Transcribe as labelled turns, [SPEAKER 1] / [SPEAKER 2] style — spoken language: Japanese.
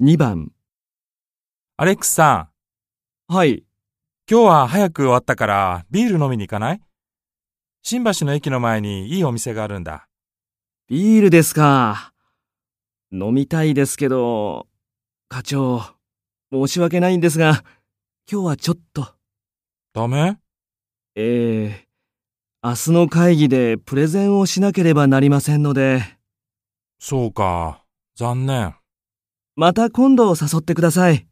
[SPEAKER 1] 2番。
[SPEAKER 2] アレックスさ
[SPEAKER 1] はい。
[SPEAKER 2] ん、今日は早く終わったからビール飲みに行かない新橋の駅の前にいいお店があるんだ。
[SPEAKER 1] ビールですか。飲みたいですけど、課長、申し訳ないんですが、今日はちょっと。
[SPEAKER 2] ダメ
[SPEAKER 1] ええ明日の会議でプレゼンをしなければなりませんので、
[SPEAKER 2] そうか。残念。
[SPEAKER 1] また今度誘ってください。